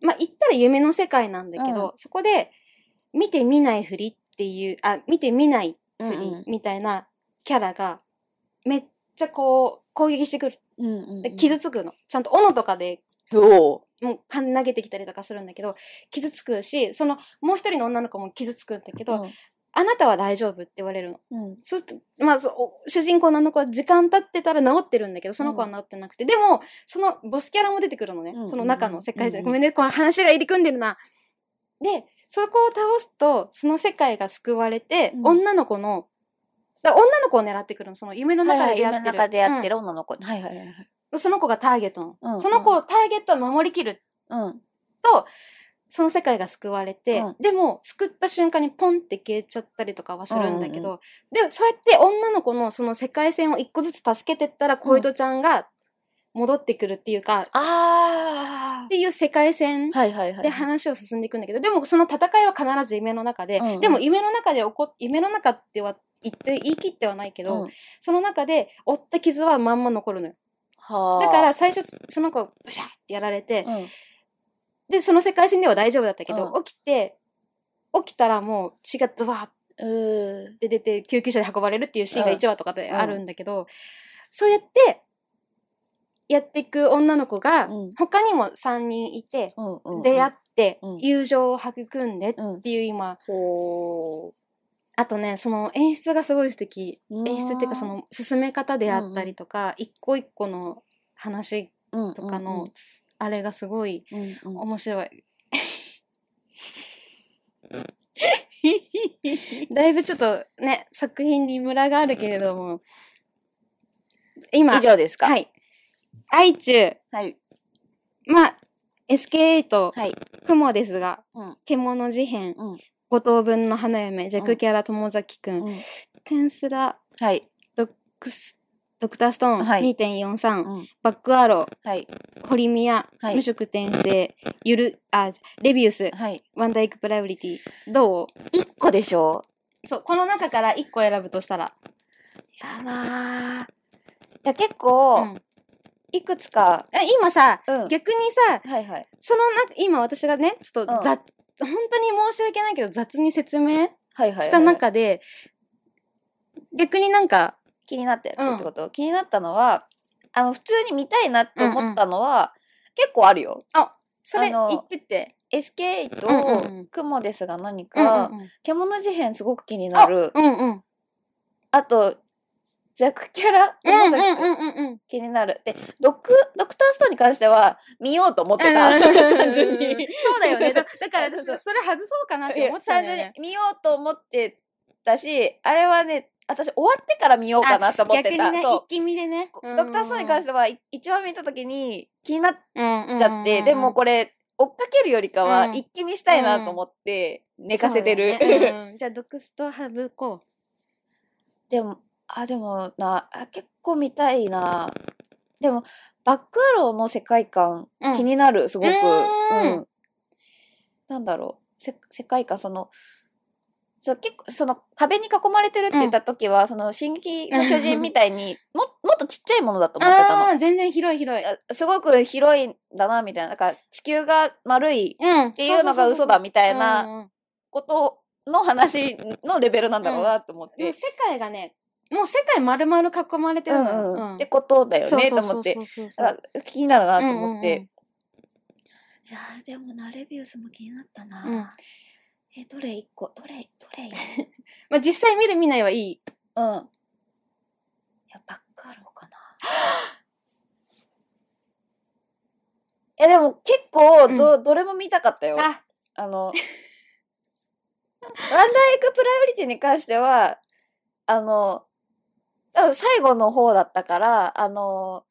まあ、言ったら夢の世界なんだけど、そこで、見て見ないふりっていう、あ、見て見ないふ
う
り
ん
みたいなキャラが、めっちゃこう、攻撃してくる。
うんうん
で傷つくの。ちゃんと斧とかで
おう
もうかん投げてきたりとかするんだけど傷つくしそのもう一人の女の子も傷つくんだけど、あなたは大丈夫って言われるの。
うん。
そうするとまあそうお主人公のあの子は時間経ってたら治ってるんだけどその子は
う
治ってなくて、でもそのボスキャラも出てくるのね、
うんうんうん
その中の世界
うんう
線、
ん
ごめんねこの話が入り組んでるな。でそこを倒すとその世界が救われて、
うん
女の子のだ女の子を狙ってくるのその夢の
はい
中で
はい
出会って
夢の
る、
中でやっ
る、
てる女の子。はいはいはいはい。
その子がターゲットなの、
うん
その子をターゲットは守りきる
うん。
その世界が救われて、
うん
でも救った瞬間にポンって消えちゃったりとかはするんだけど、
うん
でそうやって女の子のその世界線を一個ずつ助けてったら小糸ちゃんが戻ってくるっていうか、っ
あ
ていう世界線
ー。はいはいはい。
で話を進んでいくんだけど、でもその戦いは必ず夢の中で、
うんうん
でも夢の中で起こ夢の中っては言って言い切ってはないけど、
うん
その中で負った傷はまんま残るのよ
はあ。
だから最初その子をブシャーってやられて、
うん、
でその世界線では大丈夫だったけど、
う
起きて起きたらもう血がドワーっ
うー
て出て救急車で運ばれるっていうシーンが
うん
1話とかで
うん
あるんだけど、そうやってやっていく女の子が、
うん
他にも3人いて、
うんうんうん
出会って
うん、
友情を育んでっていう今、
ほ
あとね、その演出がすごい素敵。
う
演出っていうかその進め方であったりとか、一個一個の話
の
とかの、つあれがすごい
うんうんうん
面白 い。だいぶちょっとね、作品にムラがあるけれども、今、
以上ですか
はい。愛中、
はい
まあ、SK8、
はい
雲ですが、
うん
獣事変、
うん
五等分の花嫁、ジャ
う
ク
ん
キャラ友崎くん、
うん
テンスラ、
はい
クスドクターストーン、
はい
2.43、
うん
バックアロ
はい
ー、ホリミヤ、
はい
無色転生、ゆる、あ、レビウス、
はい
ワンダイクプライオリティ。どう
一個でしょ
そう、この中から1個選ぶとしたら。
やだーいや結
う
構
ん
いくつか
え今さ、
うん
逆にさ、
はいはい
その中、今私がね、ちょっ
う
と
ん
雑、本当に申し訳ないけど雑に説明
はいはい
した中で、逆になんか、
気になったやつってこと、気になったのはあの普通に見たいなって思ったのは、結構あるよ
それ
あの
言ってて。
SK と
うんうんうん
雲ですが何
うんうん
か、
うん
獣事変すごく気になる
うんうん。
あと弱キャラ
うんうん
友崎
う
君
んうんうん。
気になるでドクドクターストーンに関しては見ようと思ってた、単純
うんうんうん
に
そうだよね。だだから私、
そう
そ
そう
れ外そうかなっ
い
て
や
思ってたん
単
だよ
純
ね。
に見ようと思ってたしあれはね私終わってから見ようかなと思って
逆
た、
にね、
そう
一気見でね。
ドクターストーンに関しては1話目見た時に気になっち
て
ゃって、でもこれ追っかけるよりかは
うん
一気見したいなと思って寝かせてる、
そうだよねうんじゃあ、ドクストハブこ
でも、あ、でもな、あ結構見たいな。でも、バックアローの世界観、
う。
気になる、すごく。
うーん
うんなんだろう。せ世界観、その、そう結構その壁に囲まれてるって言った時は、その「進撃の巨人」みたいにも もっとちっちゃいものだと思ってたの
ああー、全然広い広い。
あすごく広いんだなみたいななんか地球が丸いっ
うん。って
いうのが嘘だみたいな
な。
ことの話のレベルなんだろうなと思って、
でも世界がね、もう世界丸々囲まれて
う
る
ん
のよ。
うん
うん
ってことだよ
そう
ね
そ
と
うそ
思
う
って
そうそうそう
あ気になるなと
うんうんうん
思って。いやーでもなレビウスも気になったな、
うん
えどれ一個どれどれ
まあ実際見る見ないはいい。
うんいやバックアロ ーかないやでも結構ど,、どれも見たかったよあ
あ、
のワンダイクプライオリティに関してはあの多分最後の方だったからあの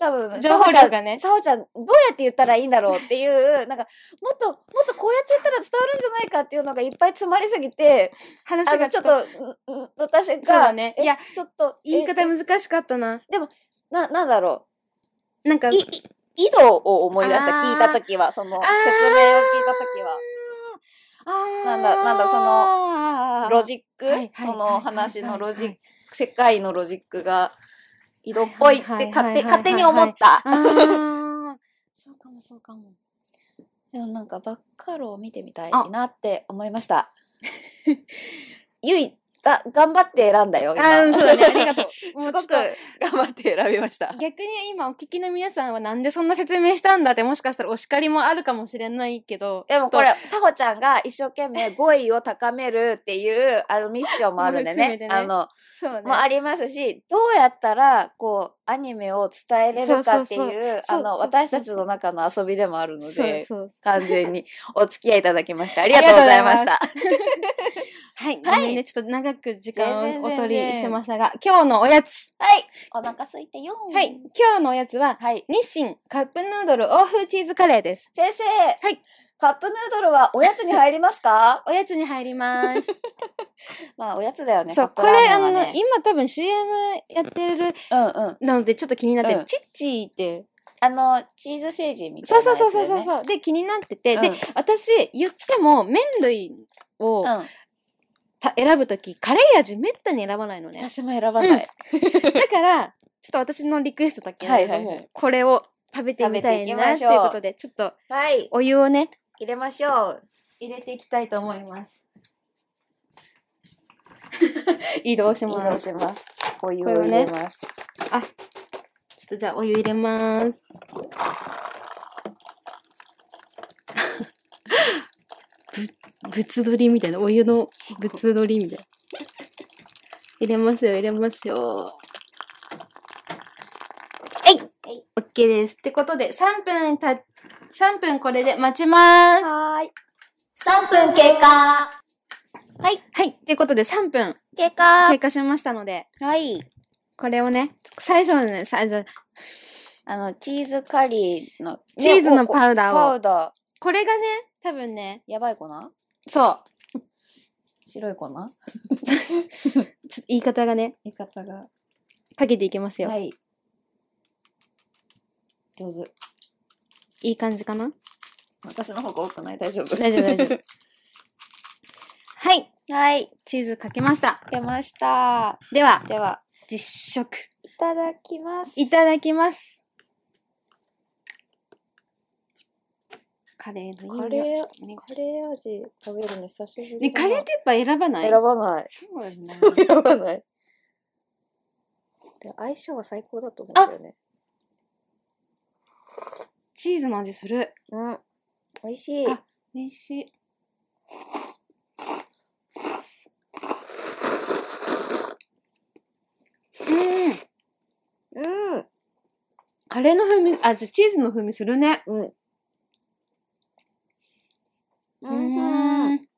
多分
情報
サホちゃ
量
ん
がね。
さおちゃん、どうやって言ったらいいんだろうっていう、なんか、もっと、もっとこうやって言ったら伝わるんじゃないかっていうのがいっぱい詰まりすぎて、あ
話
の、
が
ち
ち
ょ
ょ
っ
っ
と
と、
うんうん私
そ
が、
うだね
え
いや、
ちょっと、
言い
え
方
っ
難しかったな。
とな、なんだろ
なんか
う。い、、い井戸を思い出した、
あー
聞いたときは、その、
あー
説明を聞いたときは。
あー
なんだなんだそ
の
ロジック、
はいはい
その話のロジッ
は
ク、
い
世界のロジックが、井戸っぽいって
はいはい
勝
はいは
手、
いはい
勝手に思った。
ああ、そうかもそうかも。
でもなんかバッカローを見てみたい
あ
なって思いま した。ゆいが頑張って選んだよ。今
ああ、そうだ ね。ありがとう。も
す
う
ご
ちょっと
く頑張って選びました。
逆に今お聞きの皆さんはなんでそんな説明したんだってもしかしたらお叱りもあるかもしれないけど。
で
ちょ
も
っと
これ、さほちゃんが一生懸命語彙を高めるっていう、あのミッションもあるん で
もう
ね。
含めてね
あの、
そうね。
もありますし、どうやったら、こう、アニメを伝えれるかって
そうそう
いう、
そ
あ
うそう
の、
そう
私たちの中の遊びでもあるの
そう
で、
そう。
完全にお付き合いいただき ました。ありがとうございました。
はい。
はい
ごめんね、ちょっと長く時間
全然
をお
全然
取りしましたが、今日のおやつ。
はい。お腹空いたよー
はい。今日のおやつは、
はい。
日清カップヌードル欧風チーズカレーです。
先生、
はい
カップヌードルはおやつに入りますか
おやつに入ります。
まあ、おやつだよね。
そう、
カ
こ
ップ
れ、
ラ
あ
ーメン
の
は、ね
今多分 CM やってる
うんうん。
なので、ちょっと気になって、
うん
チッチーって、
あの、チーズセージみたいな
そう
やつだ
そう
よ
そうそ
ね、
うそうそう、で、気になってて、
うん
で、私、言っても、麺類を
うん。
た選ぶとき、カレー味めったに選ばないのね。
私も選ばない。
だから、ちょっと私のリクエストだけ
は
れ
いは
ど
いはい
も、これを食べてみたいな、
食べていきまし
と
ょう
いうことで、ちょっと、
はい。
お湯をね、
入れましょう。
入れていきたいと思い ます。移動し
移
ま
動
す。
します。お湯
これ
を
を
入
ね
れます。
あ、ちょっとじゃあお湯入れます。 ぶ、仏取りみたいな、お湯の仏取りみたいな。入れますよ、入れますよ。えい
えい
!OK です。ってことで、3分た、3分これで待ちます。
はーい。3分経過。はい、
はい。ってことで、3分
経過
経。過しましたので、
はい。
これをね、最初のね、最初、
あの、チーズカリーの、ね
チーズの
こ
パウダ
パ
ーを。
ウダ
これがね、多分ね、
ー、やばい粉
そう。
白い粉
ちょっと言い方がね、
言い方が。
かけていきますよ。、
はいい。上手。
い感じかな
私の方が多くない大丈夫。
大丈夫大丈夫。はい。
夫。 はい。
チーズかけました。
出ました。
では、
では、
実食。
いただきます。
いただきます。カレーの
カレー、カレー味食べるの久しぶりだな。
ね、カレーってやっぱ選ばない
選ばない。
そうだよね。
そう選ばない。で相性は最高だと思うんだよね。
チーズの味する。
うん。美味しい。
あ美味しい。うん。
うん。
カレーの風味、あ、じゃあチーズの風味するね。
うん。
う
うん。
ん。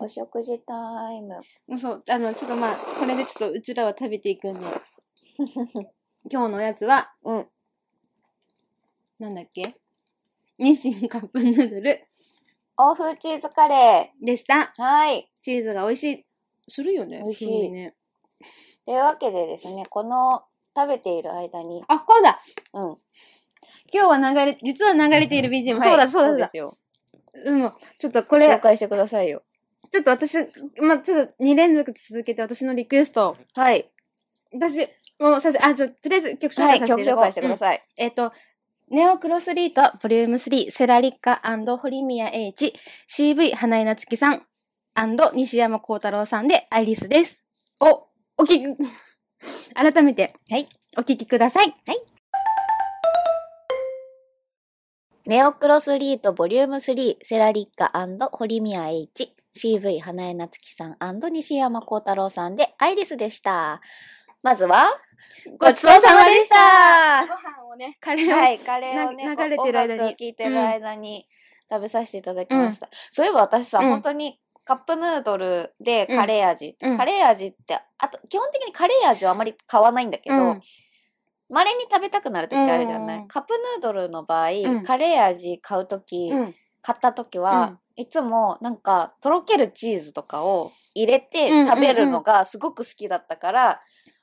お食事タイム。
もうそう、あの、ちょっとまあ、これでちょっとうちらは食べていくんで。今日のおやつは、
うん。
なんだっけ日清カップヌードル
欧風チーズカレ
でした。
ー。はい。
チーズが美味しい。するよね。
美味しい
風味ね。
というわけでですね、この食べている間に、
あ、そうだ
うん。
今日は流れ、実は流れている BGM。そうだ、そうだ、そうだ
で。すよ。
うん。ちょっとこ
紹
れ、
介してくださいよ。
ちょっと私、まあ、ちょっと2連続続けて私のリクエストを。
はい。
私、もうさせ、あ、ちょ、とりあえず曲紹
は
介
い、
させ
曲
て
紹介してくだ
さい
さ
だこう。うん
い。
えっ、と、ネオクロスリート、ボリューム3、セラリッカ堀宮英一、CV 花井夏樹さん、西山幸太郎さんで、アイリスです。を、お聞き、 改めて、
はい。
お聞きください。はい。
ネオクロスリートボリューム3セラリッカ堀宮栄一 CV 花江夏樹さん西山幸太郎さんでアイリスでした。まずは
ごちそうさまでした
は
ご飯をね、 カレーを、
い、カレーをね、
な流れてる間に
音楽聴いてる間に食べさせていただきました。そういえば私さ、
うん
本当にカップヌードルでカレー味、
うん
カレー味って、あと基本的にカレー味はあまり買わないんだけど、
うん
稀に食べたくなる時あるじゃない、
うん
カップヌードルの場合、
ん
カレー味買う時、
うん。
買った時は、いつもなんかとろけるチーズとかを入れて食べるのがすごく好きだったから、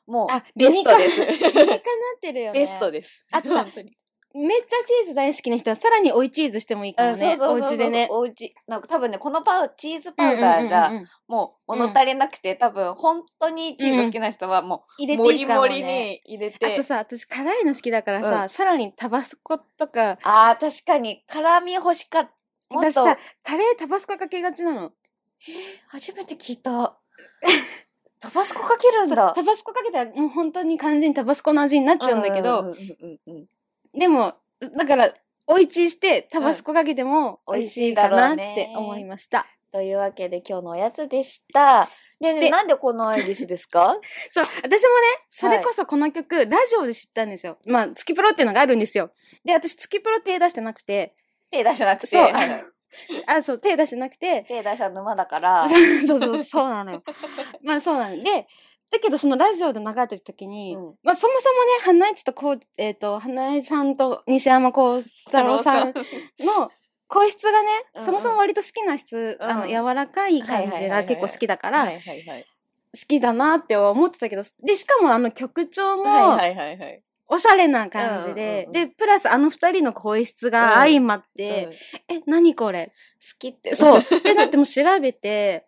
も
あ
うベストです。
理にかなってるよね。
ベストです。
あとさ
本当に
めっちゃチーズ大好きな人は、さらに追いチーズしてもいいかも
うん、そう
ね。
そう
お
そうそ
家
う
でね。
お家なんか多分ねこのパウチーズパウダーじ
う
ゃ
んうんうんうん
もう物足りなくて、多分本当にチーズ好きな人はもう、
入れ
も
てい
り
いかも
も
ね。
りに入れ
あ
て
とさ、私辛いの好きだからさ、
う
さらにタバスコとか、
あー確かに辛み欲しかったもっ
私
と
さ、カレータバスコかけがちなの。
初めて聞 いたタバスコかけるんだ
タバスコかけたらもう本当に完全にタバスコの味になっちゃうんだけど、
うんうんうんうんうん
でも、だから、おいちしてタバスコかけても
うん
美味しいかなっ
美味しいだ
て
ろうね
思いました。
というわけで今日のおやつでしたねえねえ
で
なんでこのアイリスで すか
そう、私もね、それこそこの曲、ラジオで知ったんですよ。まあ、月プロっていうのがあるんですよ。で、私月プロ手出してなくて、
手出しなくて
そう
はいはい
あ、そう、手出してなくて、
手出しは沼だから
そう そうそう、そうなの よ。まあそうなので、だけどそのラジオで流れてる時に、
うん
まあそもそもね、花市とこう、えっ、と、花江さんと西山幸太郎さ んの声質がね、
うんうん
そもそも割と好きな質、あ
う
の、
ん
柔らかい感
はいはいは
じ
いはい
が結構好きだか
は
ら、好
いはいはい
きだなって思ってたけど、で、しかもあの曲調
はい
も
は、いはいはい
おしゃれな感じ
うんうんうん
で
う、ん
で、プラスあの二人の声質が相まって、
うん好
え、何これ
きって
そう。で、だってもう調べて、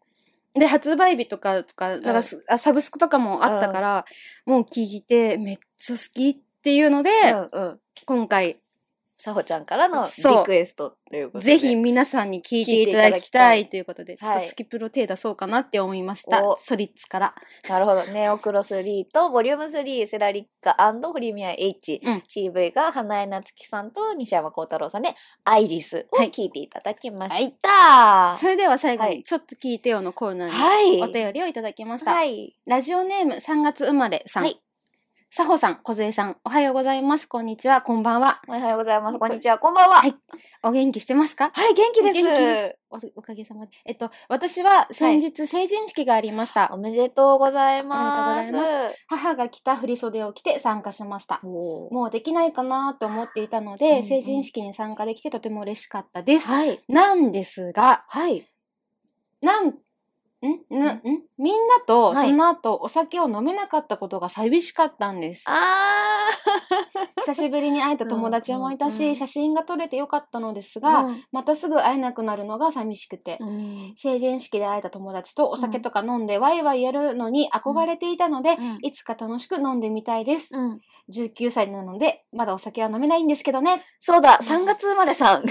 で、発売日とか、とか、だからす、あサブスクとかもあったから、もう聞いて、めっちゃ好きっていうので、
うんうん
今回、
さほちゃんからの
そう
リクエストということで。
ぜひ皆さんに聞いていただきた
聞い
いということで、ちょっ
はい
と月プロ手出そうかなって思いました。
お
ソリッツから。
なるほど。ネオクロス3とボリューム3セラリッカホリミア H、
うん
CV が花江夏樹さんと西山幸太郎さんでアイリスを
はい
聞いていただきました。は
それでは最後
は
に、
い
ちょっと聞いてよのコーナーに
い。
お便りをいただきました。
はい。
ラジオネーム3月生まれさん。
はい
さほさん、こずえさん、おはようございます。こんにちは、こんばんは。
おはようございます。こんにちは。こんばんは。は
はいい、お元気してますか
元気です
元気ですお。おかげさまで。えっと、私は先日成人式がありました。
おめでとうござい
お
ます。
めでとうご母が着た振袖を着て参加しました。
おー
もうできないかなと思っていたの
うんう
で、
ん
成人式に参加できてとても嬉しかったです。
はい。
なんですが、
はい。
なん、んな、んみんなと
はい
その後お酒を飲めなかったことが寂しかったんです。
あ
久しぶりに会えた友達もいた
うんうんうん
し、写真が撮れてよかったのです
ー
が、
うん
またすぐ会えなくなるのが寂しくて、
うん
成人式で会えた友達とお酒とか飲んでワイワイやるのに憧れていたので、
うん
いつか楽しく飲んでみたいです。
うん
19歳なので、まだお酒は飲めないんですけどね。
そうだ、3月生まれさん。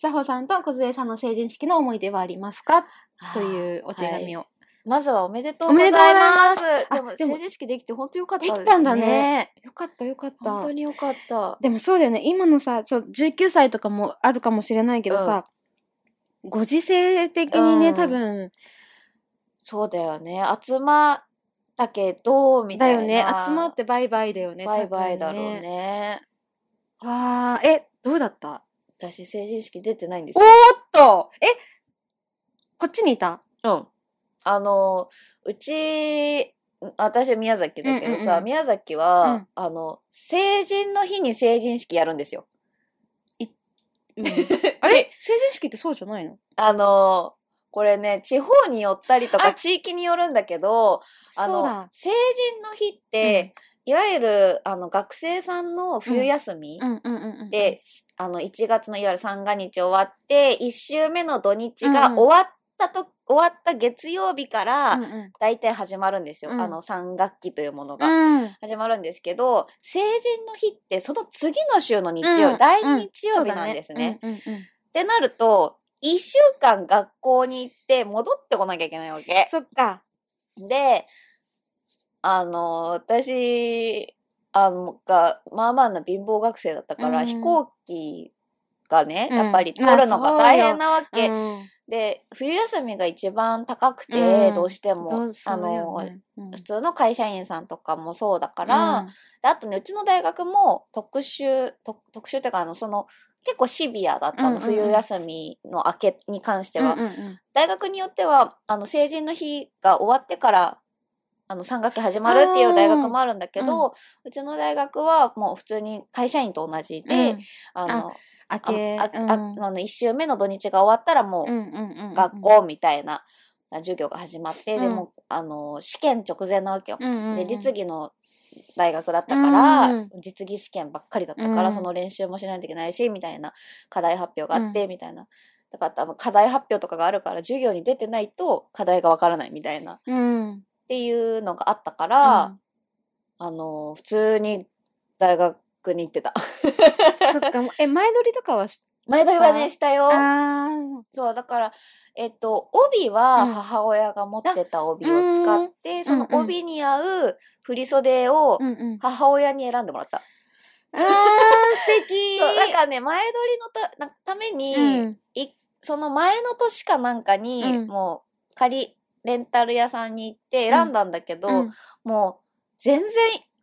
佐保さんと梢さんの成人式の思い出はありますかと
う。
いうお手紙を。
まずはおめでとうございます。
あ
でも、
でも
成人式できて本当よかった
で
ですね。
きたんだ。ね。よかったよかっ
本
た
当。によかった。
でもそうだよね。今のさ、そう19歳とかもあるかもしれないけどさ、ご時世的に
う
ね、
ん
多分、
そうだよね。集まったけど、み
だ
たいな。
よね。集まってバイバイだよね。
バイバイだろう
多分。
ね。
わあ、え、どうだった
私、成人式出てないんです
お
よ。
っとえこっちにいた
うん。あの、うち、私は宮崎だけどさ、
うんうんうん
宮崎は、
うん
あの、成人の日に成人式やるんですよ。
あれ成人式ってそうじゃないの
あの、これね、地方によったりとか
あ
地域によるんだけど、
そ
あ
う
の
だ、。
成人の日って、いわゆる、あの、学生さんの冬休み
うんうんうんうん。
で、、しあの、1月のいわゆる三が日終わって、1週目の土日
うん
が
うん
終わったと、終わった月曜日か
う
ら
ん、うん
だいたい始まるんですよ。
うん
あの、3学期というものが。
うん。
始まるんですけど、成人の日ってその次の週の日曜日、
うん
第
う
2
ん
日曜日なんですね。
そ
っ。
うだうんうんうん
てなると、1週間学校に行って戻ってこなきゃいけないわけ。
そっか。
で、あの、私、あの、が、まあまあな貧乏学生だったから、
うん
飛行機がね、
うん
やっぱり取るのが大変なわけ。で、冬休みが一番高くて、
うん
どうしても、
どう
あ
そうだよ
の、
ねうん
普通の会社員さんとかもそうだから、
うん
であとねうちの大学も特集特特集っていうかあのその結構シビアだったの、
うんうんうん
冬休みの明けに関しては、
うんうんうん
大学によってはあの成人の日が終わってからあの3学期始まるっていう大学もあるんだけど、うちの大学はもう普通に会社員と同じで、
うん
あの
明
あ
け、
あ
うん
ああの1週目の土日が終わったらもう
うんうんうんうん
学校みたいな授業が始まって、で
うん
もあの試験直前なわけよ。
うんうんうん
で実技の大学だったから、
うん
実技試験ばっかりだったから、
うん
その練習もしないといけないしみたいな課題発表があって、みたいなだから多分課題発表とかがあるから授業に出てないと課題がわからないみたいなっ
うん。
ていうのがあったから、あの普通に大学に行ってた
うんそっか。え、前撮りとかはし、
前撮りはねしたよ
あ
そうだからえっと帯は
うん
母親が持ってた帯を使って、その帯に合う振袖を
ーうんうん。
母親に選んでもらった
あー、素敵
そうなんかね前撮りのたなために、
うん
いその前の年かなんかに、
うん
もう借りレンタル屋さんに行って選んだんだけど、
うん
もう全然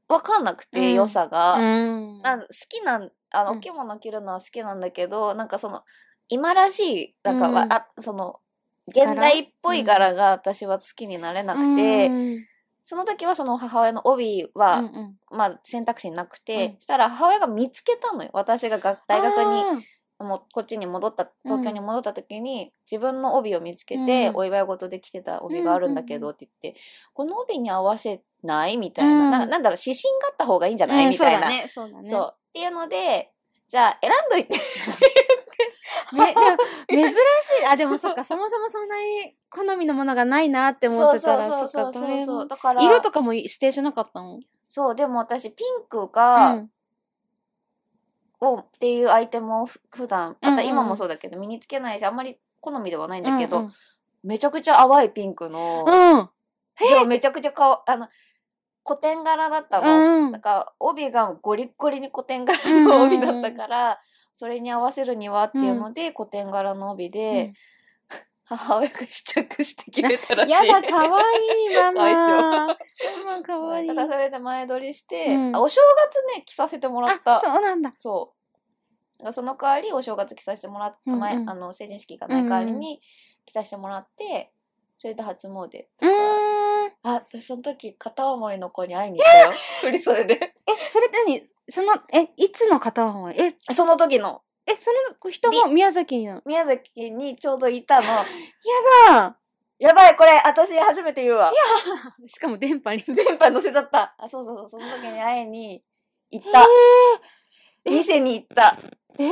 わかんなくて、
うん
良さが、
うん
なん好きなんあの、
うん
お着物着るのは好きなんだけどなんかその今らしいなんか、
うん
わあその現代っぽい柄が私は好きになれなくて、
うん
その時はその母親の帯
う
は、
んうん
まあ選択肢なくて、
うん
したら母親が見つけたのよ私が学大学に
あー
もうこっちに戻った
うん
東京に戻った時に、自分の帯を見つけて、
うん
お祝い事で着てた帯があるんだけどって言って、この帯に合わせないみたいな,
うん
な、なんだろう指針があった方がいいんじゃない、
うん
みたいな、
そうだね。
そう
そ
っていうのでじゃあ選んどいて
うだね。ね、でも珍しい。あ、でもそっか、そもそもそんなに好みのものがないなって思っ
そう
てた
そう
ら、
そ
そ
うそ
っ
う
か、
そ
ど
う
れ
そう
も。
だから
色とかも指定しなかったの
そうでも私ピンクが、
うん
をっていうアイテムをふ普段、ま
う
た
んうん
今もそうだけど身につけないし、あんまり好みではないんだけ
う
ど、
ん
めちゃくちゃ淡いピンクの、
うん、うん
でもめちゃくちゃかわあの、古典柄だったの。
うん
だから帯がゴリッゴリに古典柄
うん
の
うんうん
帯だったから、それに合わせるにはっていうので、古典柄の帯で、母親が試着して決めたらしい。
やだ、かわいい、ママ。
かわいいっすよ
ママ、かわいい。
だからそれで前撮りして、
うん
あお正月ね着させてもらっ
あ、
た
そうなんだ。
そうだからその代わりお正月着させてもらっ
うんうん
前あの成人式がない代わり
うん
に着させてもらって、それで初詣と
うーん。
か、あ私その時片思いの子に会いに行ったよ振り袖 で
え、それって何その、え、いつの方も、え、
その時の
え、その人も宮崎になの。
宮崎にちょうどいたの
あ
やばいこれ私初めて言うわ
ーしかも電波に。
電波乗せちゃったあそうそうそうその時に会いに行った
え
店に行った
え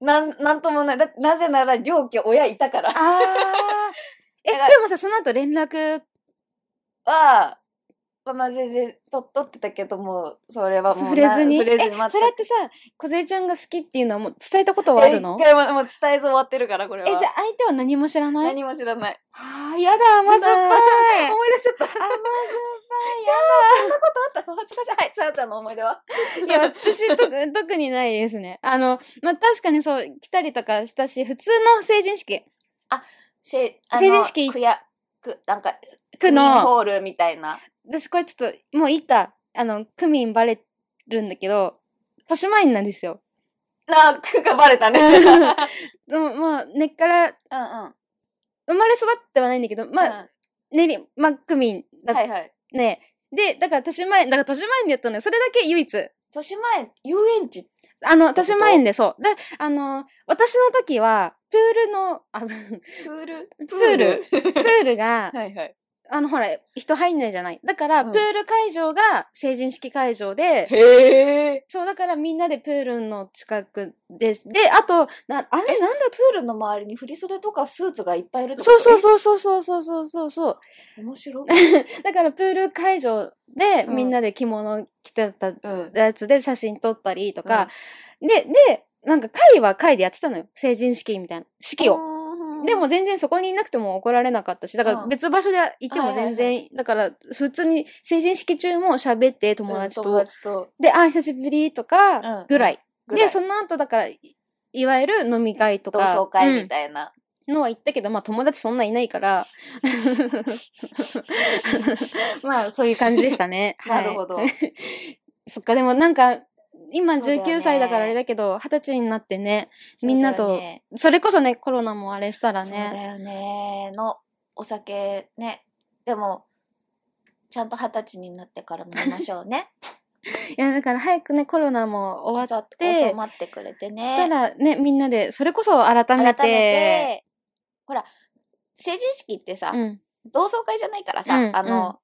なんなんともないだってなぜなら両家親いたから
あー。え、
だから
でもさ、その後連絡、
は、まあ、まあ全然と取ってたけどもそれはもう
触れずに。
な触れずに
え、それってさ、小ちゃんが好きっていうのはもう伝えたことはあるの
一回ももう伝えず終わってるからこれ
え、
は
じゃあ相手は何も知らない
何も知らない
あー、やだ、甘酸っぱい。
思い出しちゃった
甘
あった恥ずかしいはいさよちゃんの思い出 はい
や、私特、 特にないですね。あの、まあ、確かにそう、来たりとかしたし、普通の成人式、
成
成人式
くやくなんか
区
ミン
の、
ホールみたいな
私これちょっと、もういた、あの、区民バレるんだけど、年前なんですよ。
なあ区がバレたね
う
うんんうん
でも、まあ、根っから、生まれ育ってはないんだけど、まあ、練り、まあ、区民
う
だ、
んはいはい
ね。で、だから年前、だから年前にやったのよ。それだけ唯一。
年前遊園地
あの、
てこと
年前で、そう。で、あの、私の時は、プールの、あ、 プ
プールプ
ールールが、
はいはい
あの、ほら、人入んないじゃない。だから、
うん
プール会場が成人式会場で、
へえ
そう、だからみんなでプールの近くです。で、あと、な、あれなんだ
プールの周りに振り袖とかスーツがいっぱいいるってこと
そうそうそうそうそうそうそうそうそう。
え面白い
だから、プール会場で
うん
みんなで着物着てた
うん
やつで写真撮ったりとか、で、で、なんか会は会でやってたのよ。成人式みたいな。式を。
を
でも全然そこにいなくても怒られなかったし、だから
うん
別場所でいても全
は
然、だから普通に成人式中も喋って友達と、
友達と
で、あ、久しぶりと
う
か
ん、
ぐらい。
ぐらい
で、その後だから、いいわゆる飲み会と
同
か、
窓会み
た
たいな、
いのは行ったけど、まあ友達そんないないから、 まあそういう感じでした ね。はい
なるほど、
そっか、でもなんか、今
そうだよね
19歳だからあれだけど、二十歳になってね、 みんなと
そうだよね
それこそね、コロナもあれしたら
そう
ね。
だよねのお酒ねでもちゃんと二十歳になってから飲みましょうね
いや、だから早くね、コロナも 終
ち
わ
ょ
っ
っと
て、
収まってくれてね
そしたらね、みんなで、それこそ改めて、
改めてほら成人式ってさ、
うん、
同窓会じゃないからさ、
うん
あの、
うん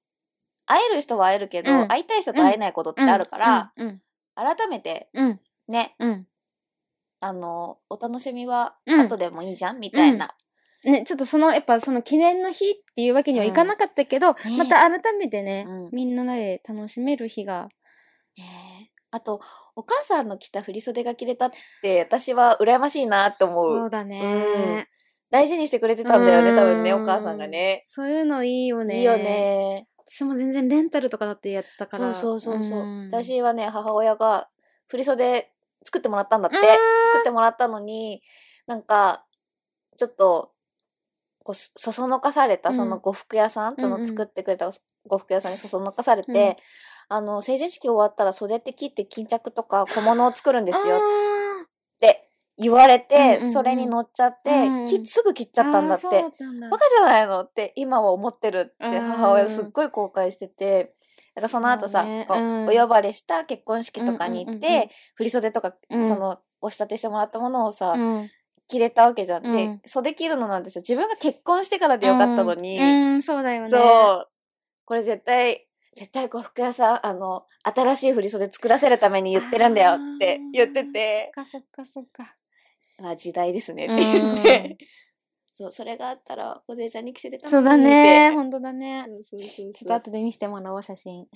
会える人は会えるけど、
うん
会いたい人と会えないことってあるから、
うん、
改めて
うん、うん、
ね
うん。
あのお楽しみは
うん
後でもいいじゃん、みたいな、
ね、ちょっとその、やっぱその記念の日っていうわけにはいかなかったけど、
うんね
また改めてね、
うん
みんなで楽しめる日が。
ねえあとお母さんの着た振り袖が着れたって私は羨ましいなって思
そううだね。
大事にしてくれてたんだよ
う
ね
ん
多分ねお母さんがね
そういうのいいよね。
いいよ。ね
私も全然レンタルとかだってやったか
そ
ら。
うそうそうそう、
ん、
私はね母親が振り袖作ってもらったんだって、
うん
作ってもらったのになんかちょっとこうそそそのかされた
うん
その呉服屋さん、そ
うんう
の
ん
作ってくれた呉服屋さんにそそのかされて、
うん
あの成人式終わったら袖って切って巾着 とか小物を作るんですよ
あ
って言われて、
うんうんうん
それに乗っちゃって、
うん
きすぐ切っち
ー
ゃったんだ
あー
っ
そう
て
だ。ったんだ
バカじゃないのって今は思ってるって
うん
母親がすっごい後悔してて、だからその後さ、
そうね
こう
うん
お呼ばれした結婚式とかに行って、
うんうんうんうん
振り袖とか、
うん
そのお仕立てしてもらったものをさ、
うん
着れたわけじゃん。
うん
で、袖着るのなんてさ、自分が結婚してからでよかったのに、
うん、うんそうだよね。
そう。これ絶対、絶対呉服屋さん、あの、新しい振り袖作らせるために言ってるんだよって言ってて、
あーそっかそっかそっか。
あ時代ですねっ
う
て言って、そう、それがあったら、小銭ちゃんに着せれた
そうだね。本当だね。
うんそうそう
ちょっ
そ
と
う。
後で見せてもらおう、写真。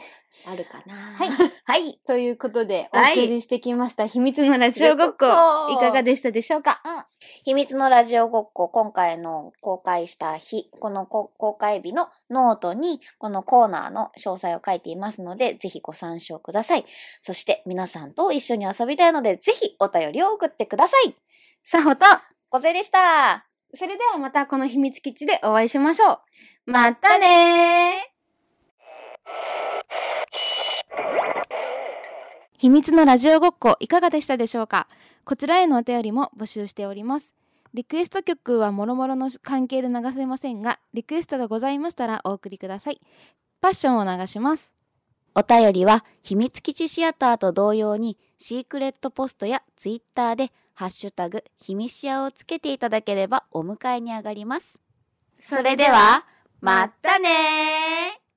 あるかな。
は。
はいはい。
ということで、お
はい
送りしてきました、秘密のラジオごっこ。
ごっこ
いかがでしたでしょうか
秘密のラジオごっこ、今回の公開した日、このこ公開日のノートに、このコーナーの詳細を書いていますので、ぜひご参照ください。そして、皆さんと一緒に遊びたいので、ぜひお便りを送ってください。
さほと、
小勢でした。
それではまたこの秘密基地でお会いしましょう。またねー秘密のラジオごっこいかがでしたでしょうかこちらへのお便りも募集しております。リクエスト曲はもろもろの関係で流せませんが、リクエストがございましたらお送りください。パッションを流します。
お便りは秘密基地シアターと同様にシークレットポストやツイッターでハッシュタグ秘密シアをつけていただければお迎えに上がります。それでは、まったねー